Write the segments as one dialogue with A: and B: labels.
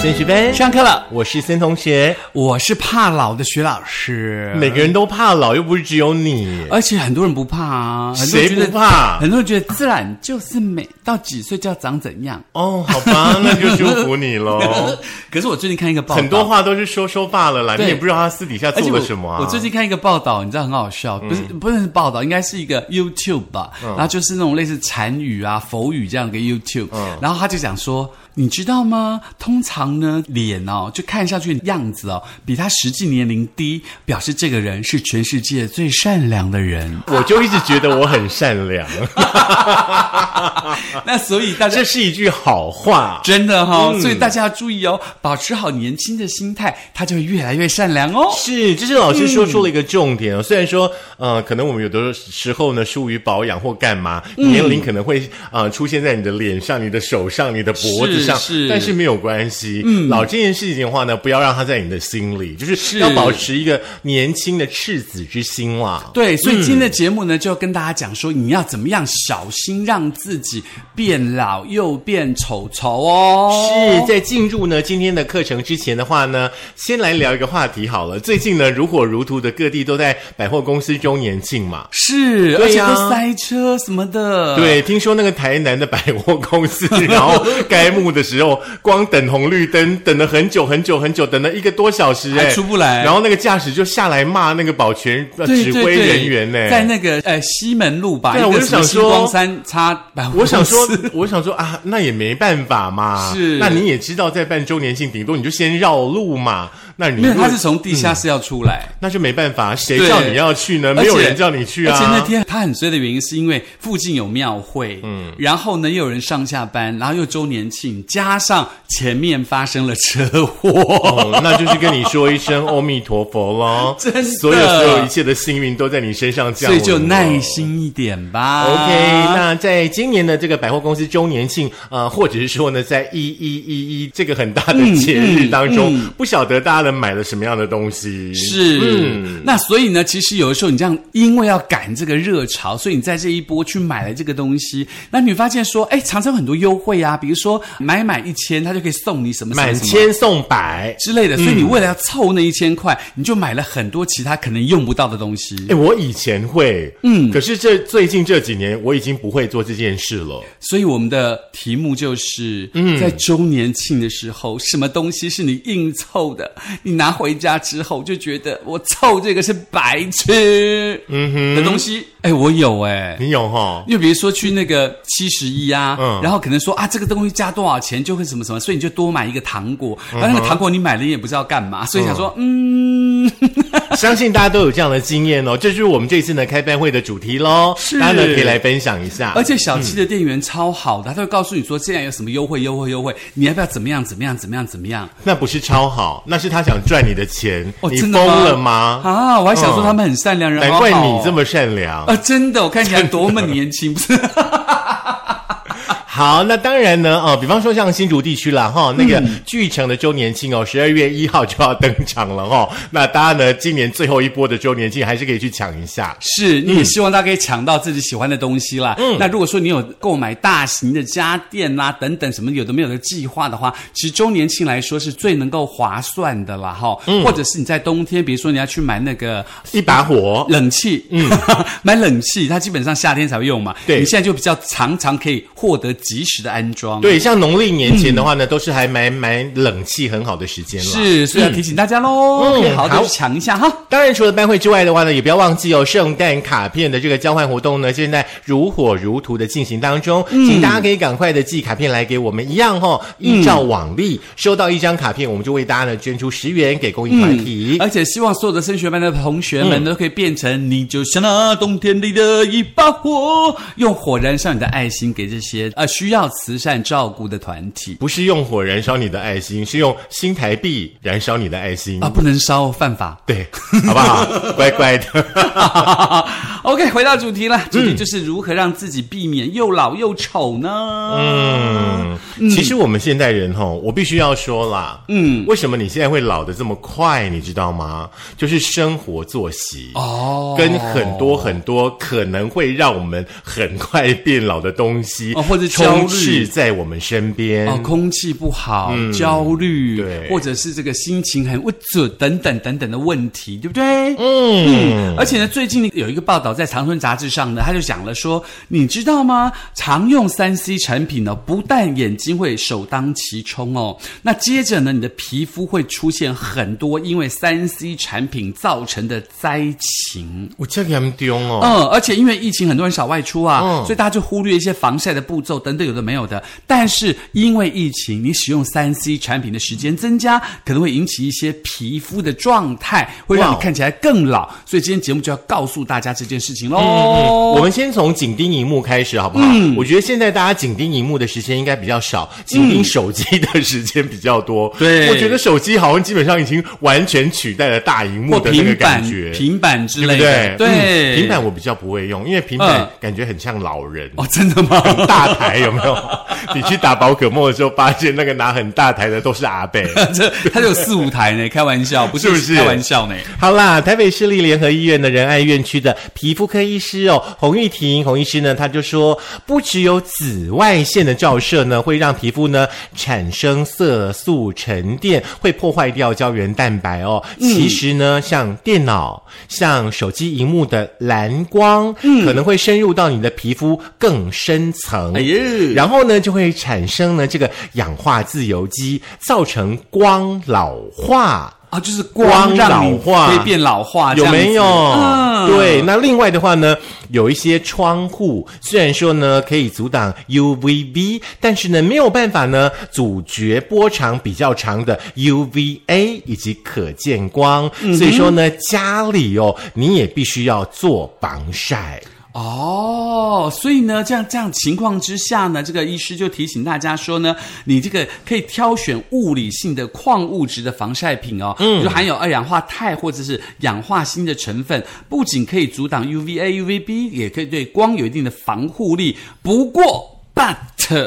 A: 孙学班，
B: 上课了，
A: 我是孙同学。
B: 我是怕老的徐老师。
A: 每个人都怕老，又不是只有你。
B: 而且很多人不怕啊，很多人
A: 谁
B: 觉得
A: 不怕
B: 很多人觉得自然就是美，到几岁就要长怎样。
A: 哦，好吧，那就祝福你 喽。
B: 可是我最近看一个报道，
A: 哦很多话都是说说罢了啦，你
B: 对
A: 也不知道他私底下
B: 而且
A: 做
B: 我
A: 了什么啊。嗯
B: 我最近看一个报道，你知道很好笑，不是、不是报道，应该是一个 YouTube 吧，然后就是那种类似禅语啊、佛语这样的一个 YouTube，、然
A: 嗯
B: 后他就讲说，你知道吗？通常呢，脸哦，就看上去样子哦，比他实际年龄低，表示这个人是全世界最善良 的人。
A: 我就一直觉得我很善 良，
B: 那所以大家
A: 这嗯是一句好话。
B: 真的哈、哦，所以大家要注意哦，保持好年轻的心态，他就会越来越善良哦。
A: 是，这是老师说出了一个重点
B: 嗯
A: 哦。虽然说，呃，可能我们有的时候呢疏于保养或干嘛，年龄可能会呃出现在你的脸上、你的手上、你的脖子上，
B: 嗯是是
A: 但是没有关系。嗯，老这件事情的话呢，不要让它在你的心里，就是
B: 是
A: 要保持一个年轻的赤子之心啦。
B: 对，所以今天的节目呢，就要跟大家讲说，你要怎么样小心让自己变老又变丑丑哦。
A: 是在进入呢今天的课程之前的话呢，先来聊一个话题好了。最近呢如火如荼的各地都在百货公司周年庆嘛，
B: 是，而
A: 对
B: 且
A: 呀
B: 都塞车什么的。。
A: 对，听说那个台南的百货公司，然后开幕的时候，光等红绿灯等了很久很久很久，等了一个多小时、哎，
B: 还出不来
A: 然后那个驾驶就下来骂那个保全、呃、
B: 对
A: 指
B: 对
A: 挥
B: 对
A: 人员呢、哎
B: 在那个呃西门路吧，
A: 对啊
B: 一
A: 我
B: 个
A: 就
B: 什么
A: 想
B: 星
A: 说
B: 光山叉百货
A: 我想 说
B: 公司，
A: 我想说啊，那也没办法嘛。
B: 是
A: 那你也知道，在办周年庆，顶多你就先绕路嘛。那你
B: 没有，
A: 如果
B: 他是从地下室要出来。
A: 那就没办法，谁
B: 对
A: 叫你要去呢？
B: 而
A: 嗯没
B: 且
A: 有人叫你去啊。
B: 而且那天他很衰的原因是因为附近有庙会，嗯，然后呢又有人上下班，然后又周年庆，加上前面发生了车祸，
A: 哦，那就是跟你说一声阿弥陀佛喽，
B: 真的
A: 所有所有一切的幸运都在你身上降
B: 所
A: 临
B: 以
A: 了，
B: 就耐心一点吧。
A: OK，那在今年的这个百货公司周年庆，呃，或者是说呢，在一一一一这个很大的节日当中，不晓得大家能买了什么样的东西。
B: 嗯是，
A: 嗯
B: 那所以呢，其实有的时候你这样，因为要赶这个热潮，所以你在这一波去买了这个东西，那你会发现说，哎，常常有很多优惠啊，比如说买满一千，他就可以送你什么什么
A: 满
B: 什么
A: 千送百。
B: 之类的，所以你为了要凑那一千块，你就买了很多其他可能用不到的东西。
A: 哎，我以前会，嗯，可是这最近这几年我已经不会做这件事了。
B: 所以我们的题目就是，在周年庆的时候，什么东西是你硬凑的？你拿回家之后就觉得我凑这个是白痴，嗯哼的东西。哎，我有哎、
A: 你有 哈？
B: 又比如说去那个七十一啊，
A: 嗯
B: 然后可能说啊，这个东西加多少钱就会什么什么，所以你就多买一个糖果。然后那个糖果你买了你也不知道干嘛，所以想说，嗯，
A: 相信大家都有这样的经验哦。这就是我们这次呢开班会的主题喽，
B: 是
A: 大家呢可以来分享一下
B: 而。且小七的店员超好的，他都会告诉你说，现在有什么优惠，优惠，优惠，你要不要怎么样，怎么样，怎么样，怎么样？
A: 那不是超好，那是他想赚你的钱，
B: 哦，
A: 你
B: 真
A: 疯
B: 的吗
A: 了吗？嗯
B: 啊，我还想说他们很善良，人
A: 难
B: 好好
A: 怪
B: 哦
A: 你这么善良。
B: 啊，真的，我看起来多么年轻，不是？
A: 好，那当然呢，哦，比方说像新竹地区啦，哈，那个巨城的周年庆哦，十二月一号就要登场了哈、那大家呢，今年最后一波的周年庆还是可以去抢一下。
B: 是，
A: 嗯
B: 你也希望大家可以抢到自己喜欢的东西啦。嗯，那如果说你有购买大型的家电啦、等等什么有的没有的计划的话，其实周年庆来说是最能够划算的啦，哈。嗯，或者是你在冬天，比如说你要去买那个
A: 一把火，
B: 冷气，嗯， 买冷气，它基本上夏天才会用嘛。
A: 对
B: 你现在就比较常常可以获得及时的安装。。
A: 对，像农历年前的话呢，都是还蛮蛮冷气很好的时间了。
B: 是，所以要提醒大家喽，
A: 嗯
B: 可以好好
A: 好
B: 的去抢一下哈。
A: 当然，除了班会之外的话呢，也不要忘记哦，圣诞卡片的这个交换活动呢，现在如火如荼的进行当中，请大家可以赶快的寄卡片来给我们，一样哦，依照往例，收到一张卡片，我们就为大家呢捐出十元给公益团体。
B: 而且希望所有的升学班的同学们都可以变成，你就像那冬天里的一把火，用火燃烧你的爱心，给这些呃需要慈善照顾的团体
A: 不是用火燃烧你的爱心，是用新台币燃烧你的爱心。
B: 啊，不能烧犯法。
A: 对，好不好？ 乖乖的。
B: OK，回到主题了，主题就是如何让自己避免又老又丑呢？嗯，
A: 其实我们现代人吼，我必须要说啦，嗯，为什么你现在会老的这么快？你知道吗？就是生活作息
B: 哦
A: 跟很多很多可能会让我们很快变老的东西，
B: 哦或者焦虑
A: 充斥在我们身边。
B: 哦，空气不好、焦虑，
A: 嗯对
B: 或者是这个心情很不准等等等等的问题，对不对？
A: 嗯，
B: 而且呢，最近有一个报道在《长春杂志》上呢，他就讲了说，你知道吗？常用三 C 产品呢，不但眼睛会首当其冲哦，那接着呢，你的皮肤会出现很多因为三 C 产品造成的灾情。
A: 我这个严重哦。
B: 嗯，而且因为疫情，很多人少外出啊，
A: 嗯
B: 所以大家就忽略一些防晒的步骤等等，有的没有的。但是因为疫情，你使用三 C 产品的时间增加，可能会引起一些皮肤的状态，会让
A: 哇哦
B: 你看起来更老。所以今天节目就要告诉大家这件事
A: 嗯
B: 情喽。哦
A: 我们先从紧盯荧幕开始，好不好？
B: 嗯
A: 我觉得现在大家紧盯荧幕的时间应该比较少，紧盯手机的时间比较多。
B: 对
A: 我觉得手机好像基本上已经完全取代了大荧幕
B: 或
A: 的那个
B: 平
A: 感
B: 板
A: 觉，、
B: 平板之
A: 对
B: 类
A: 不对
B: 的，？
A: 嗯平板我比较不会用，因为平板
B: 嗯
A: 感觉很像老人。
B: 哦，真的吗？
A: 很 大台有没有？ 你去打宝可梦的时候，发现那个拿很大台的都是阿贝。
B: 这它有四五台呢，开玩 笑，不
A: 是不是
B: 开玩笑呢？
A: 好啦，台北市立联合医院的仁爱院区的皮肤科医师哦，洪玉婷洪医师呢，他就说，不只有紫外线的照射呢，会让皮肤呢产生色素沉淀，会破坏掉胶原蛋白哦。其实呢，像电脑、像手机荧幕的蓝光，可能会深入到你的皮肤更深层。
B: 哎呀
A: 然后呢，就会产生呢这个氧化自由基，造成光老化。
B: 啊，就是光让你
A: 光老化
B: 可以变老化，
A: 有
B: 啊这样子
A: 没有？
B: 嗯，
A: 对，那另外的话呢，有一些窗户虽然说呢可以阻挡 UVB，但是呢没有办法呢阻绝波长比较长的 UVA 以及可见光，
B: 嗯
A: 所以说呢家里哦你也必须要做防晒。
B: 哦，所以呢，这样这样情况之下呢，这个医师就提醒大家说呢，你这个可以挑选物理性的矿物质的防晒品哦，嗯，就含有二氧化钛或者是氧化锌的成分，不仅可以阻挡 UVA、UVB，也可以对光有一定的防护力。不过，but，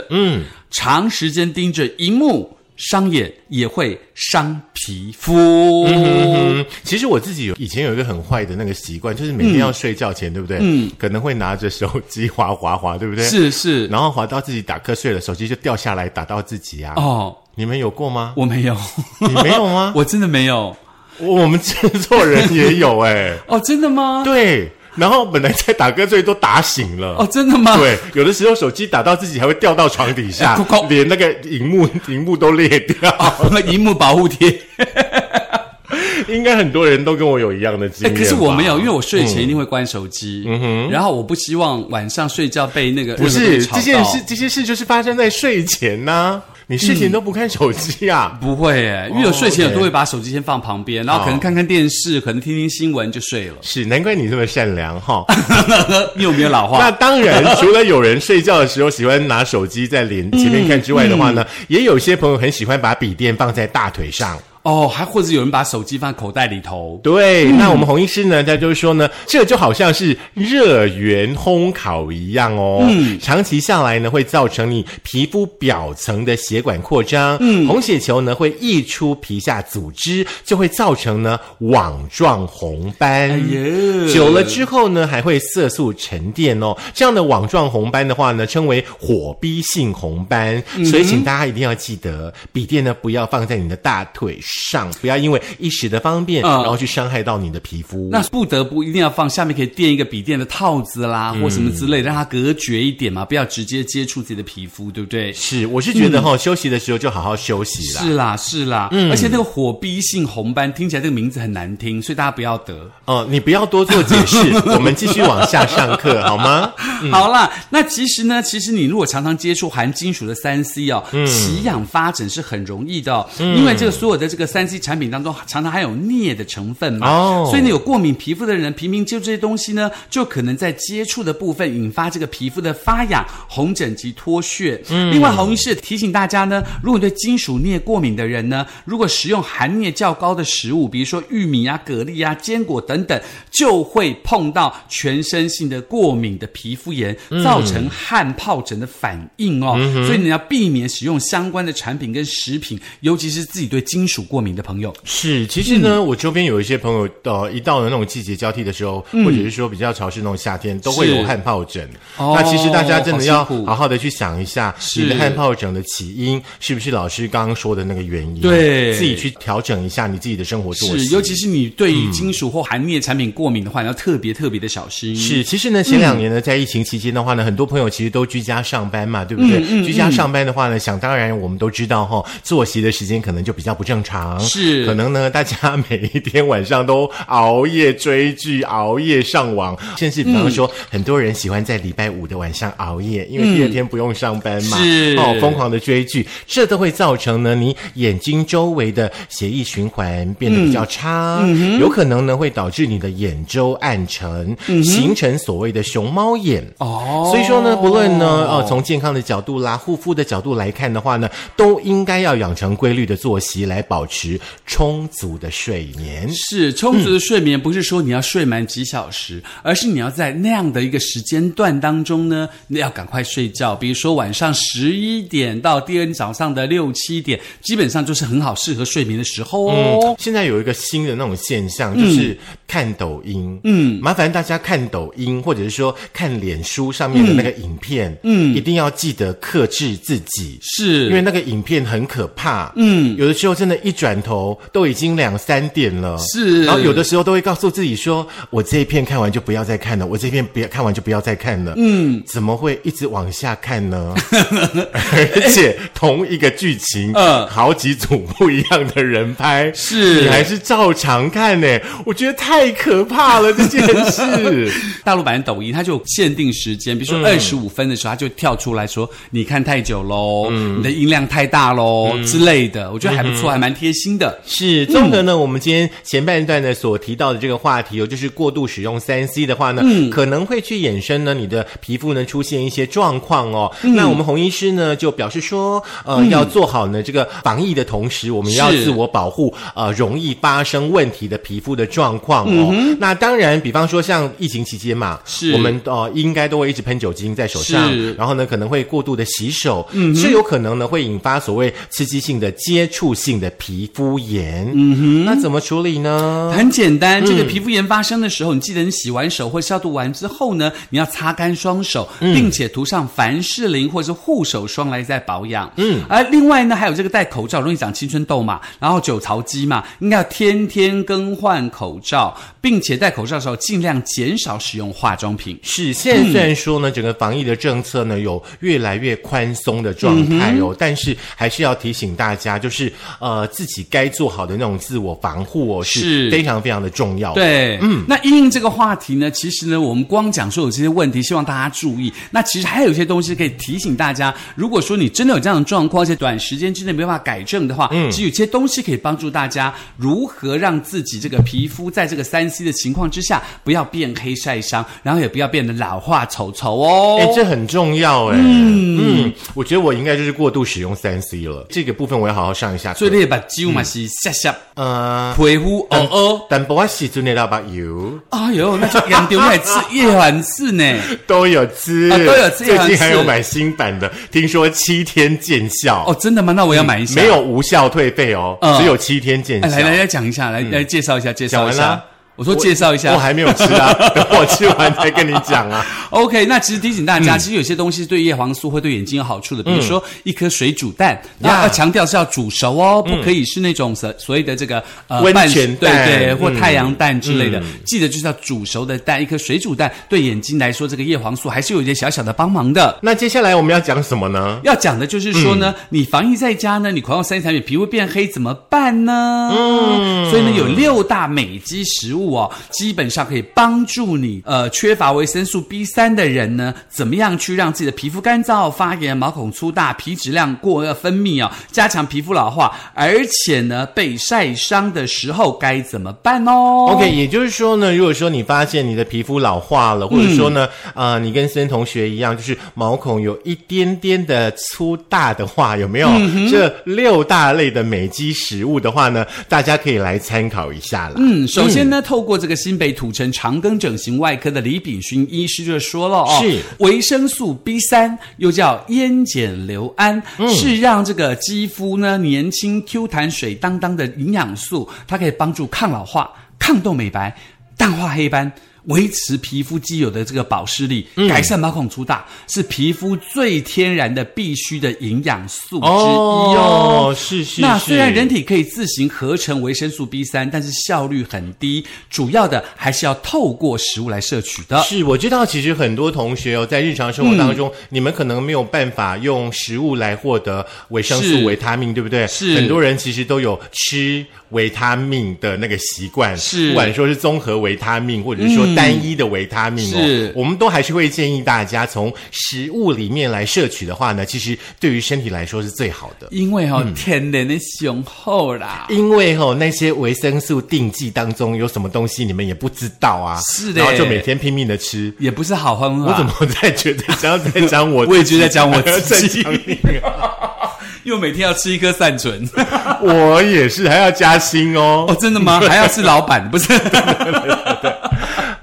B: 嗯，长时间盯着荧幕。伤眼也会伤皮肤，
A: 嗯，其实我自己有以前有一个很坏的那个习惯，就是每天要睡觉前，对不对？嗯，可能会拿着手机滑滑滑，对不对？。
B: 是是
A: 然后滑到自己打瞌睡了，手机就掉下来打到自己啊！
B: 哦，
A: 你们有过吗？
B: 我没有，
A: 你没有吗？
B: 我真的没有
A: 我我们制作人也有哎、
B: 哦，真的吗？
A: 对。然后本来在打瞌睡都打醒了。
B: 哦，真的吗？
A: 对，有的时候手机打到自己还会掉到床底下
B: 哎哭哦哭，
A: 连那个荧幕荧幕都裂掉。
B: 那荧幕保护贴，
A: 应该很多人都跟我有一样的经
B: 哎，
A: 验吧、嗯
B: 可是我没有，因为我睡前一定会关手机，然后我不希望晚上睡觉被那个
A: 不
B: 任何东
A: 是
B: 西吵
A: 这
B: 到
A: 件事，这些事就是发生在睡前呐、你睡前都不看手机啊？
B: 不会哎，因为我睡前我都会把手机先放旁边，然后可能看看电视，可能听听新闻就睡 了，
A: 是，难怪你这么善良哈。
B: 你有没有老
A: 那
B: 化？
A: 当然，除了有人睡觉的时候喜欢拿手机在脸前面看之外的话呢，也有些朋友很喜欢把笔电放在大腿上。
B: 哦，还或者有人把手机放口袋里头。
A: 对，那我们洪医师呢，他就是说呢，这就好像是热源烘烤一样哦，长期下来呢，会造成你皮肤表层的血管扩张，红血球呢会溢出皮下组织，就会造成呢网状红斑。
B: 呀
A: 久了之后呢，还会色素沉淀哦。这样的网状红斑的话呢，称为火逼性红斑，所以请大家一定要记得，笔电呢不要放在你的大腿上，不要因为一时的方便，
B: 嗯
A: 然哦后去伤害到你的皮肤。
B: 那不得不一定要放下面可以垫一个笔垫的套子啦，
A: 嗯
B: 或什么之类，让它隔绝一点嘛，不要直接接触自己的皮肤，对不对？
A: 是，我是觉得哈、休息的时候就好好休息啦。
B: 嗯是啦，是啦，而且那个火逼性红斑听起来这个名字很难听，所以大家不要得。
A: 哦、你不要多做解释，我们继续往下上课 好吗？
B: 好啦，那其实呢，其实你如果常啊常接触含金属的三 C 哦，起痒发疹是很容易的、哦，因为这个所有的这个个三 C 产品当中常常含有镍的成分嘛，
A: 哦
B: 所以呢，有过敏皮肤的人频频接触这些东西呢，就可能在接触的部分引发这个皮肤的发痒、红疹及脱屑。嗯，另外，洪医师提醒大家呢，如果你对金属镍过敏的人呢，如果食用含镍较高的食物，比如说玉米啊、蛤蜊啊、坚果等等，就会碰到全身性的过敏的皮肤炎，造成汗疱疹的反应哦。所以你要避免使用相关的产品跟食品，尤其是自己对金属过敏的朋友。
A: 是，其实
B: 嗯
A: 呢，我周边有一些朋友，呃，一到了那种季节交替的时候，或者是说比较潮湿那种夏天，都会
B: 嗯是
A: 有汗疱疹。
B: 哦
A: 那其实大家真的要
B: 好辛苦
A: 好好的去想一下，你
B: 是
A: 的汗疱疹的起因是不是老师刚刚说的那个原因？
B: 对
A: 自己去调整一下你自己的生活作息。
B: 是，尤其是你对于金属或含镍产品过敏的话，你要特别特别的小心。
A: 是，其实呢，
B: 嗯
A: 前两年呢，在疫情期间的话呢，很多朋友其实都居家上班嘛，对不对？
B: 嗯
A: 居家上班的话呢，想当然我们都知道哈、作息的时间可能就比较不正常，
B: 是
A: 可能呢，大家每一天晚上都熬夜追剧、熬夜上网，甚至
B: 嗯
A: 比方说，很多人喜欢在礼拜五的晚上熬夜，因为第二天不用上班嘛，
B: 嗯是
A: 哦，疯狂的追剧，这都会造成呢，你眼睛周围的血液循环变得比较差，有可能呢会导致你的眼周暗沉，形成所谓的熊猫眼。
B: 哦，
A: 所以说呢，不论呢，呃，从健康的角度啦、护肤的角度来看的话呢，都应该要养成规律的作息，来保持充足的睡眠。
B: 是充足的睡眠，不是说你要睡满几小时，而是你要在那样的一个时间段当中呢，你要赶快睡觉。比如说晚上十一点到第二天早上的六七点，基本上就是很好适合睡眠的时候哦。
A: 现在有一个新的那种现象，就是看抖音。嗯，麻烦大家看抖音，或者是说看脸书上面的那个影片，嗯，一定要记得克制自己。
B: 是，
A: 因为那个影片很可怕，嗯，有的时候真的，一转头都已经两三点了，
B: 是
A: 然后有的时候都会告诉自己说，我这一片看完就不要再看了，我这片不要看完就不要再看了，嗯，怎么会一直往下看 呢？而且同一个剧情，
B: 嗯
A: 好几组不一样的人拍，
B: 是
A: 你还是照常看呢、我觉得太可怕了这件 事。
B: 大陆版的抖音，它就有限定时间，比如说二十五分的时候，它就跳出来说你看太久喽，你的音量太大喽、之类的，我觉得还不错，还蛮贴心的。
A: 是，综合呢，我们今天前半段呢所提到的这个话题哦，就是过度使用三 C 的话呢，
B: 嗯
A: 可能会去衍生呢你的皮肤呢出现一些状况哦。
B: 嗯
A: 那我们洪医师呢就表示说，呃，要做好呢这个防疫的同时，我们要
B: 是
A: 自我保护，呃，容易发生问题的皮肤的状况哦。那当然，比方说像疫情期间嘛，
B: 嗯是
A: 我们呃应该都会一直喷酒精在手上
B: 是，
A: 然后呢可能会过度的洗手，嗯，是有可能呢会引发所谓刺激性的接触性的皮肤炎，嗯哼，那怎么处理呢？
B: 很简单，这个皮肤炎发生的时候，你记得你洗完手或消毒完之后呢，你要擦干双手，并且涂上凡士林或者是护手霜来再保养。嗯，而另外呢，还有这个戴口罩容易长青春痘嘛，然后酒槽肌嘛，应该要天天更换口罩，并且戴口罩的时候尽量减少使用化妆品。
A: 是，现在虽然说呢，整个防疫的政策呢有越来越宽松的状态哦，但是还是要提醒大家，就是呃自己该做好的那种自我防护哦，
B: 是
A: 是非常非常的重要的。
B: 对，嗯，那因应这个话题呢，其实呢，我们光讲说有这些问题，希望大家注意。那其实还有一些东西可以提醒大家，如果说你真的有这样的状况，而且短时间之内没办法改正的话，嗯，其实有些东西可以帮助大家如何让自己这个皮肤在这个三 C 的情况之下，不要变黑晒伤，然后也不要变得老化丑丑哦。
A: 哎、这很重要哎、嗯我觉得我应该就是过度使用三 C 了，这个部分我要好好上一下课。
B: 所以你把肌嘛是下下
A: 呃，
B: 皮肤哦哦，
A: 但不管洗足那道把油
B: 哎呦，那就养丢来吃夜晚刺呢。
A: 都有吃，
B: 啊都有吃
A: 最
B: 有吃
A: 近还有买新版的，听说七天见效，
B: 哦，真的吗？那我要买一下。
A: 没有无效退费哦，
B: 嗯
A: 只有七天见效。
B: 哎，来来来讲一下，来、来介绍一下，介绍
A: 嗯
B: 一
A: 讲完
B: 下
A: 啦。
B: 我说介绍一
A: 我
B: 下
A: 还没有吃 啊，等我吃完再跟你讲啊。
B: ，OK。那其实提醒大
A: 嗯
B: 家，其实有些东西对叶黄素会对眼睛有好处的，比如说一颗水煮蛋，那、要强调是要煮熟哦，不可以是那种所所谓的这个呃
A: 嗯温
B: 半
A: 泉
B: 对
A: 蛋
B: 对，
A: 嗯
B: 或太阳蛋之类的。记得就是要煮熟的蛋，一颗水煮蛋对眼睛来说，这个叶黄素还是有一些小小的帮忙的。
A: 那接下来我们要讲什么呢？
B: 要讲的就是说呢，你防疫在家呢，你狂用三 C 产品，皮肤变黑怎么办呢？嗯，所以呢，有六大美肌食物物哦，基本上可以帮助你呃缺乏维生素 B 三的人呢，怎么样去让自己的皮肤干燥、发炎、毛孔粗大、皮脂量过热分泌哦，加强皮肤老化，而且呢被晒伤的时候该怎么办哦
A: OK，也就是说呢，如果说你发现你的皮肤老化了，或者说呢，
B: 嗯
A: 啊，你跟森同学一样，就是毛孔有一点点的粗大的话，有没有、
B: 嗯
A: 这六大类的美肌食物的话呢，大家可以来参考一下啦。
B: 嗯，首先呢，透过这个新北土城长庚整形外科的李炳勋医师就说了哦，
A: 是
B: 维生素 B 三，又叫烟碱硫胺，是让这个肌肤呢年轻 Q 弹水当当的营养素，它可以帮助抗老化、抗痘美白、淡化黑斑。维持皮肤肌有的这个保湿力，改善毛孔粗大，是皮肤最天然的必须的营养素之一哦。
A: 哦，是是。
B: 那
A: 是
B: 虽然人体可以自行合成维生素 B 三，但是效率很低，主要的还是要透过食物来摄取的。
A: 是，啊我知道，其实很多同学哦，在日常生活当中，你们可能没有办法用食物来获得维生
B: 是
A: 素、维他命，对不对？
B: 是
A: 很多人其实都有吃维他命的那个习惯，
B: 是嗯
A: 不管说是综合维他命，或者是说单一的维他命哦，
B: 是
A: 我们都还是会建议大家从食物里面来摄取的话呢，其实对于身体来说是最好的。
B: 因为
A: 嗯
B: 哦，天然的雄厚啦，
A: 因为吼、那些维生素定剂当中有什么东西你们也不知道啊，
B: 是的
A: 然后就每天拼命的吃，
B: 也不是好方法。？
A: 我怎么在觉得想要在讲我
B: 我也觉得在讲我自己
A: 在讲你啊
B: 又每天要吃一颗善存？
A: 我也是，还要加薪
B: 哦，
A: 哦。
B: 真的 吗？还要是老板不是？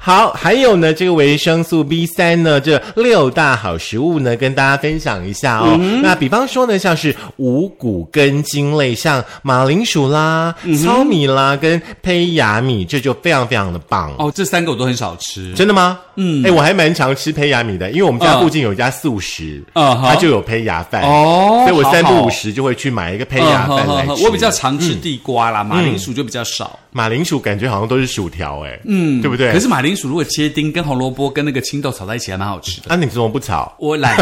A: 好，还有呢，这个维生素 B 三呢，这六大好食物呢，跟大家分享一下
B: 嗯
A: 哦。那比方说呢，像是五谷根茎类，像马铃薯啦、
B: 嗯
A: 糙米啦，跟胚芽米，这就非常非常的棒。
B: 哦，这三个我都很少 吃。
A: 真的吗？嗯，哎，我还蛮常吃胚芽米的，因为我们家附近有一家素食，
B: 嗯哼
A: 它就有胚芽饭
B: 哦
A: 所以我
B: 好好嗯
A: 三不五时就会去买一个胚芽
B: 哦
A: 饭来吃。嗯
B: 我比较常吃地瓜啦，马铃薯就比较少。
A: 马铃薯感觉好像都是薯条，哎，嗯，对不对？
B: 可是马铃薯如果切丁，跟红萝卜跟那个青豆炒在一起，还蛮好吃的。
A: 啊，你怎么不炒？
B: 我 懒。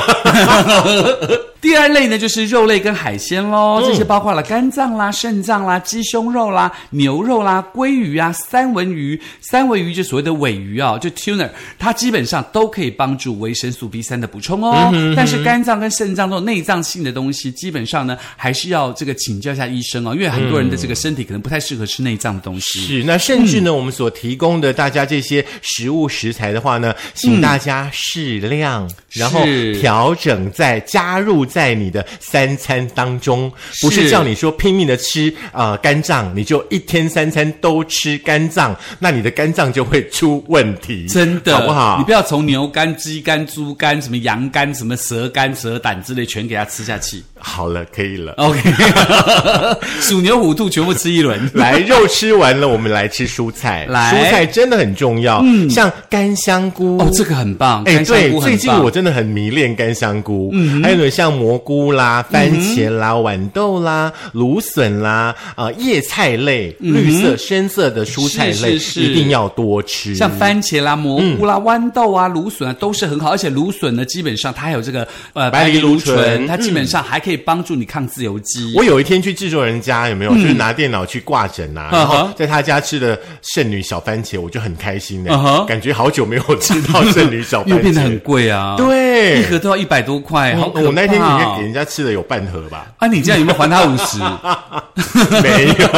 B: 第二类呢，就是肉类跟海鲜喽，这些包括了肝脏啦、肾脏啦、鸡胸肉啦、牛肉啦、鲑鱼啊、三文鱼。三文鱼就所谓的尾鱼啊、就 tuna，它基本上都可以帮助维生素 B 三的补充哦。但是肝脏跟肾脏这种内脏性的东西，基本上呢还是要这个请教一下医生哦，因为很多人的这个身体可能不太适合吃内脏的东西。
A: 是，那甚至
B: 嗯
A: 呢，我们所提供的大家这些食物食材的话呢，请大家适量，然后
B: 是
A: 调整在加入在你的三餐当中，不
B: 是
A: 是叫你说拼命的吃啊、呃肝脏，你就一天三餐都吃肝脏，那你的肝脏就会出问题，
B: 真的，
A: 好不好？
B: 你不要从牛肝、鸡肝、猪肝、什么羊肝、什么蛇肝、蛇胆之类全给它吃下去。
A: 好了，可以了。
B: OK，鼠牛虎兔全部吃一轮。
A: 来，肉吃完了，我们来吃蔬菜。
B: 来嗯
A: 蔬菜真的很重要，像干香菇
B: 哦，这个很棒，
A: 哎，
B: 干香
A: 对
B: 菇，
A: 最
B: 很
A: 近
B: 棒。
A: 我真的很迷恋干香菇，嗯，还有呢，像蘑菇啦、番茄啦、豌豆啦、芦笋啦，啊、叶菜类、绿色、深色的蔬菜类
B: 嗯是是是
A: 一定要多吃。
B: 像番茄啦、蘑菇
A: 嗯
B: 啦、豌豆啊、芦笋啊，都是很好，而且芦笋呢，基本上它还有这个呃
A: 白藜芦醇嗯
B: 它基本上还可以帮助你抗自由基。
A: 我有一天去制作人家，有没有？就是拿电脑去挂诊啊，
B: 嗯
A: 然
B: 哼
A: 后在他家吃的圣女小番茄，我就很开心的、
B: 嗯哼
A: 感觉好久没有吃到圣女小番茄，
B: 又变得很贵啊，，
A: 哎对
B: 一。盒都要一百多块，好可怕、哦？
A: 我那天应该给人家吃了有半盒吧
B: 啊，你这样有没有还他五 十？
A: 没有，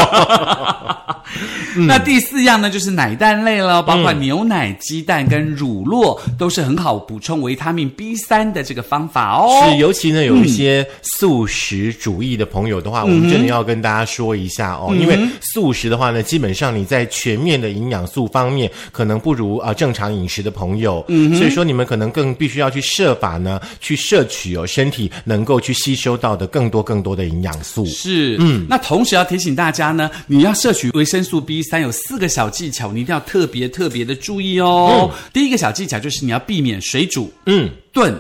A: 嗯
B: 那第四样呢，就是奶蛋类了，包括牛奶、鸡蛋跟乳酪，都是很好补充维他命 B 三的这个方法
A: 是
B: 哦。
A: 尤其呢有一些素食主义的朋友的话，我们真的要跟大家说一下哦，因为素食的话呢，基本上你在全面的营养素方面，可能不如啊、呃正常饮食的朋友，所以说你们可能更必须要去设法呢，去摄取哦，身体能够去吸收到的更多更多的营养素。
B: 是，嗯，那同时要提醒大家呢，你要摄取维生素 B 三有四个小技巧，你一定要特别特别的注意哦。第一个小技巧就是你要避免水煮、
A: 嗯，
B: 炖、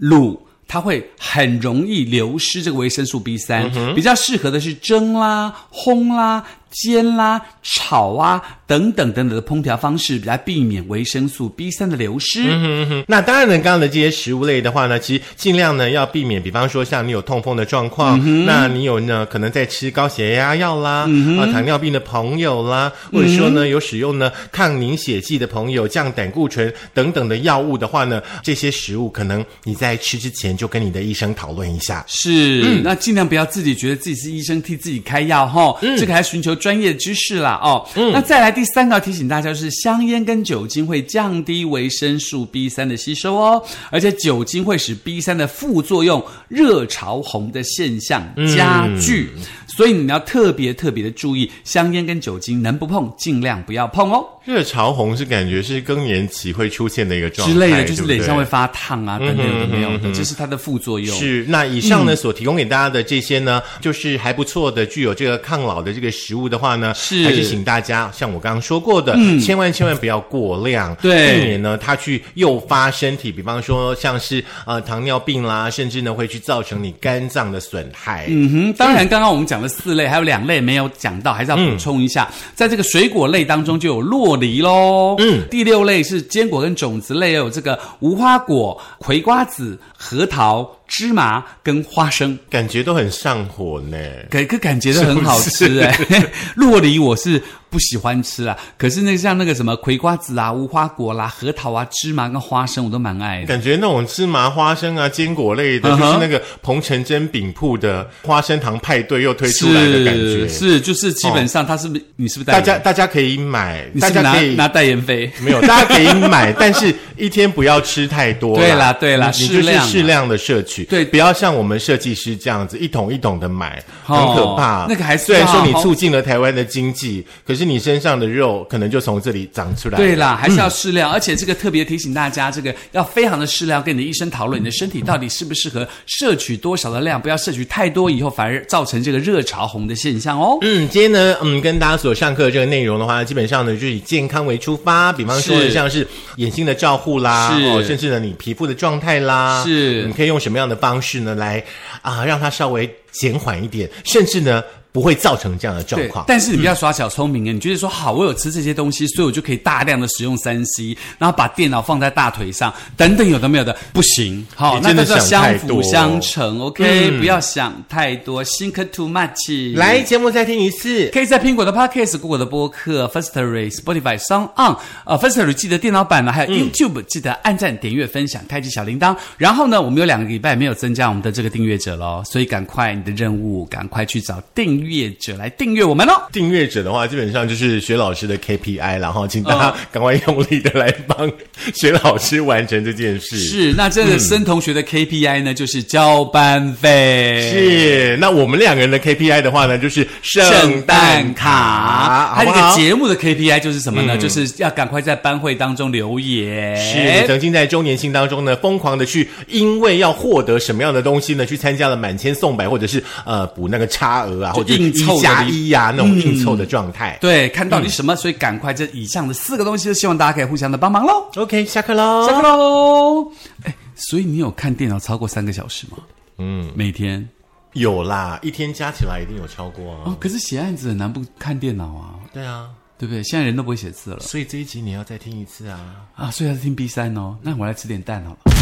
B: 卤。它会很容易流失这个维生素 B 三、比较适合的是蒸啦、烘啦、煎啦、炒啊等等等等的烹调方式，来避免维生素 B 三的流失。
A: 嗯那当然呢，刚刚的这些食物类的话呢，其实尽量呢要避免，比方说像你有痛风的状
B: 嗯
A: 况，那你有呢可能在吃高血压药啦，啊、
B: 嗯
A: 糖尿病的朋友啦，或者说呢有使用呢抗凝血剂的朋友、降胆固醇等等的药物的话呢，这些食物可能你在吃之前就跟你的医生讨论一下。
B: 是，
A: 嗯
B: 那尽量不要自己觉得自己是医生替自己开药哈，
A: 嗯
B: 这个还寻求专业知识啦哦。那再来第三个要提醒大家是，香烟跟酒精会降低维生素 B 三的吸收哦，而且酒精会使 B 三的副作用热潮红的现象加剧，
A: 嗯
B: 所以你要特别特别的注意，香烟跟酒精能不碰尽量不要碰哦。
A: 热潮红是感觉是更年期会出现的一个状态
B: 之类的，就
A: 对嗯
B: 是
A: 不
B: 脸
A: 对
B: 上会发烫啊，等等有的没有的，这是它的副作用。嗯
A: 是，那以上呢、所提供给大家的这些呢，就是还不错的，具有这个抗老的这个食物的话呢，
B: 是嗯
A: 还是请大家像我刚刚说过的，千万千万不要过量，
B: 对
A: 避免呢它去诱发身体，比方说像是呃糖尿病啦，甚至呢会去造成你肝脏的损害。
B: 嗯哼，当然，刚刚我们讲了四类，还有两类没有讲到，还是要补充一下。
A: 嗯
B: 在这个水果类当中，就有洛梨喽。嗯，第六类是坚果跟种子类，有这个无花果、葵瓜子、核桃、芝麻跟花生。
A: 感觉都很上火呢。
B: 可可感觉都很好吃哎、 洛梨我是不喜欢吃啦，可是那像那个什么葵瓜子啊、无花果啦、核桃啊、芝麻跟花生，我都蛮爱的。
A: 感觉那种芝麻花生啊、坚果类的
B: 嗯
A: 就是
B: 哼
A: 那个彭城真饼铺的花生糖派对又推出来的感觉。哦
B: 是是，就是基本上它是不是、你是不是代
A: 大
B: 言？
A: 家大家可以买，
B: 你
A: 大
B: 是不是
A: 家
B: 拿
A: 可以
B: 拿代言费？
A: 没有，大家可以买，但是一天不要吃太多。
B: 对啦对啦
A: 你你就
B: 适
A: 是
B: 量啊
A: 适量的摄取，
B: 对
A: 不要像我们设计师这样子一桶一桶的买，很
B: 哦
A: 可怕。
B: 那个还是
A: 虽然说你
B: 要
A: 促进了台湾的经济，可是你身上的肉可能就从这里长出来。
B: 对，啦，还
A: 嗯
B: 是要适量，而且这个特别提醒大家，这个要非常的适量，跟你的医生讨论你的身体到底适不适合摄取多少的量，不要摄取太多，以后反而造成这个热潮红的现象哦。
A: 嗯，今天呢，嗯，跟大家所上课的这个内容的话，基本上呢，就是以健康为出发，比方说
B: 是
A: 像是眼睛的照护啦，
B: 是
A: 哦，甚至呢，你皮肤的状态啦，
B: 是
A: 你可以用什么样的方式呢，来啊，让它稍微减缓一点，甚至呢，不会造成这样的状
B: 对
A: 况，。
B: 但是你不要耍小聪明啊！你觉得说好，我有吃这些东西，所以我就可以大量的使用三 C，然后把电脑放在大腿上，等等，有的没有的，不行。好，
A: 你
B: 那
A: 真的
B: 这叫
A: 想太
B: 相
A: 多嗯
B: 辅相成，OK，、不要想太多，think too much。
A: 来，节目再听一次。
B: 可以在苹果的 Podcast、Google 的播客、Firstory、Spotify、Sound On，呃，Firstory 记得电脑版呢，还有
A: 嗯
B: YouTube 记得按赞、点阅、分享、开启小铃铛。然后呢，我们有两个礼拜没有增加我们的这个订阅者喽，所以赶快你的任务，赶快去找订阅者来订阅我们哦喽。
A: 订阅者的话，基本上就是学老师的 KPI，然后请大
B: 哦
A: 家赶快用力的来帮学老师完成这件事。
B: 是，那这
A: 嗯
B: 个森同学的 KPI 呢，就是交班费。。
A: 是，那我们两个人的 KPI 的话呢，就是
B: 圣诞卡，还
A: 好嗯不
B: 有一个
A: 好？
B: 节目的 KPI 就是什么呢？就是要赶快在班会当中留言。
A: 是，曾经在周年庆当中呢，疯狂的去，因为要获得什么样的东西呢，去参加了满千送百，或者是呃补那个差额啊，或者
B: 就硬凑
A: 一
B: 的
A: 加
B: 礼
A: 一啊呀那种硬凑的状态。
B: 对，看到底什么，所以赶快这以上的四个东西，就希望大家可以互相的帮忙喽。
A: OK，下课喽，
B: 嗯下课喽！哎，所以你有看电脑超过三个小时吗？嗯，每天
A: 有啦，一天加起来一定有超过啊。
B: 哦，可是写案子很难不看电脑啊，
A: 对啊，
B: 对不对？现在人都不会写字了
A: 所以这一集你要再听一次啊。
B: 啊，所以要听 B 三哦。那我来吃点蛋好了。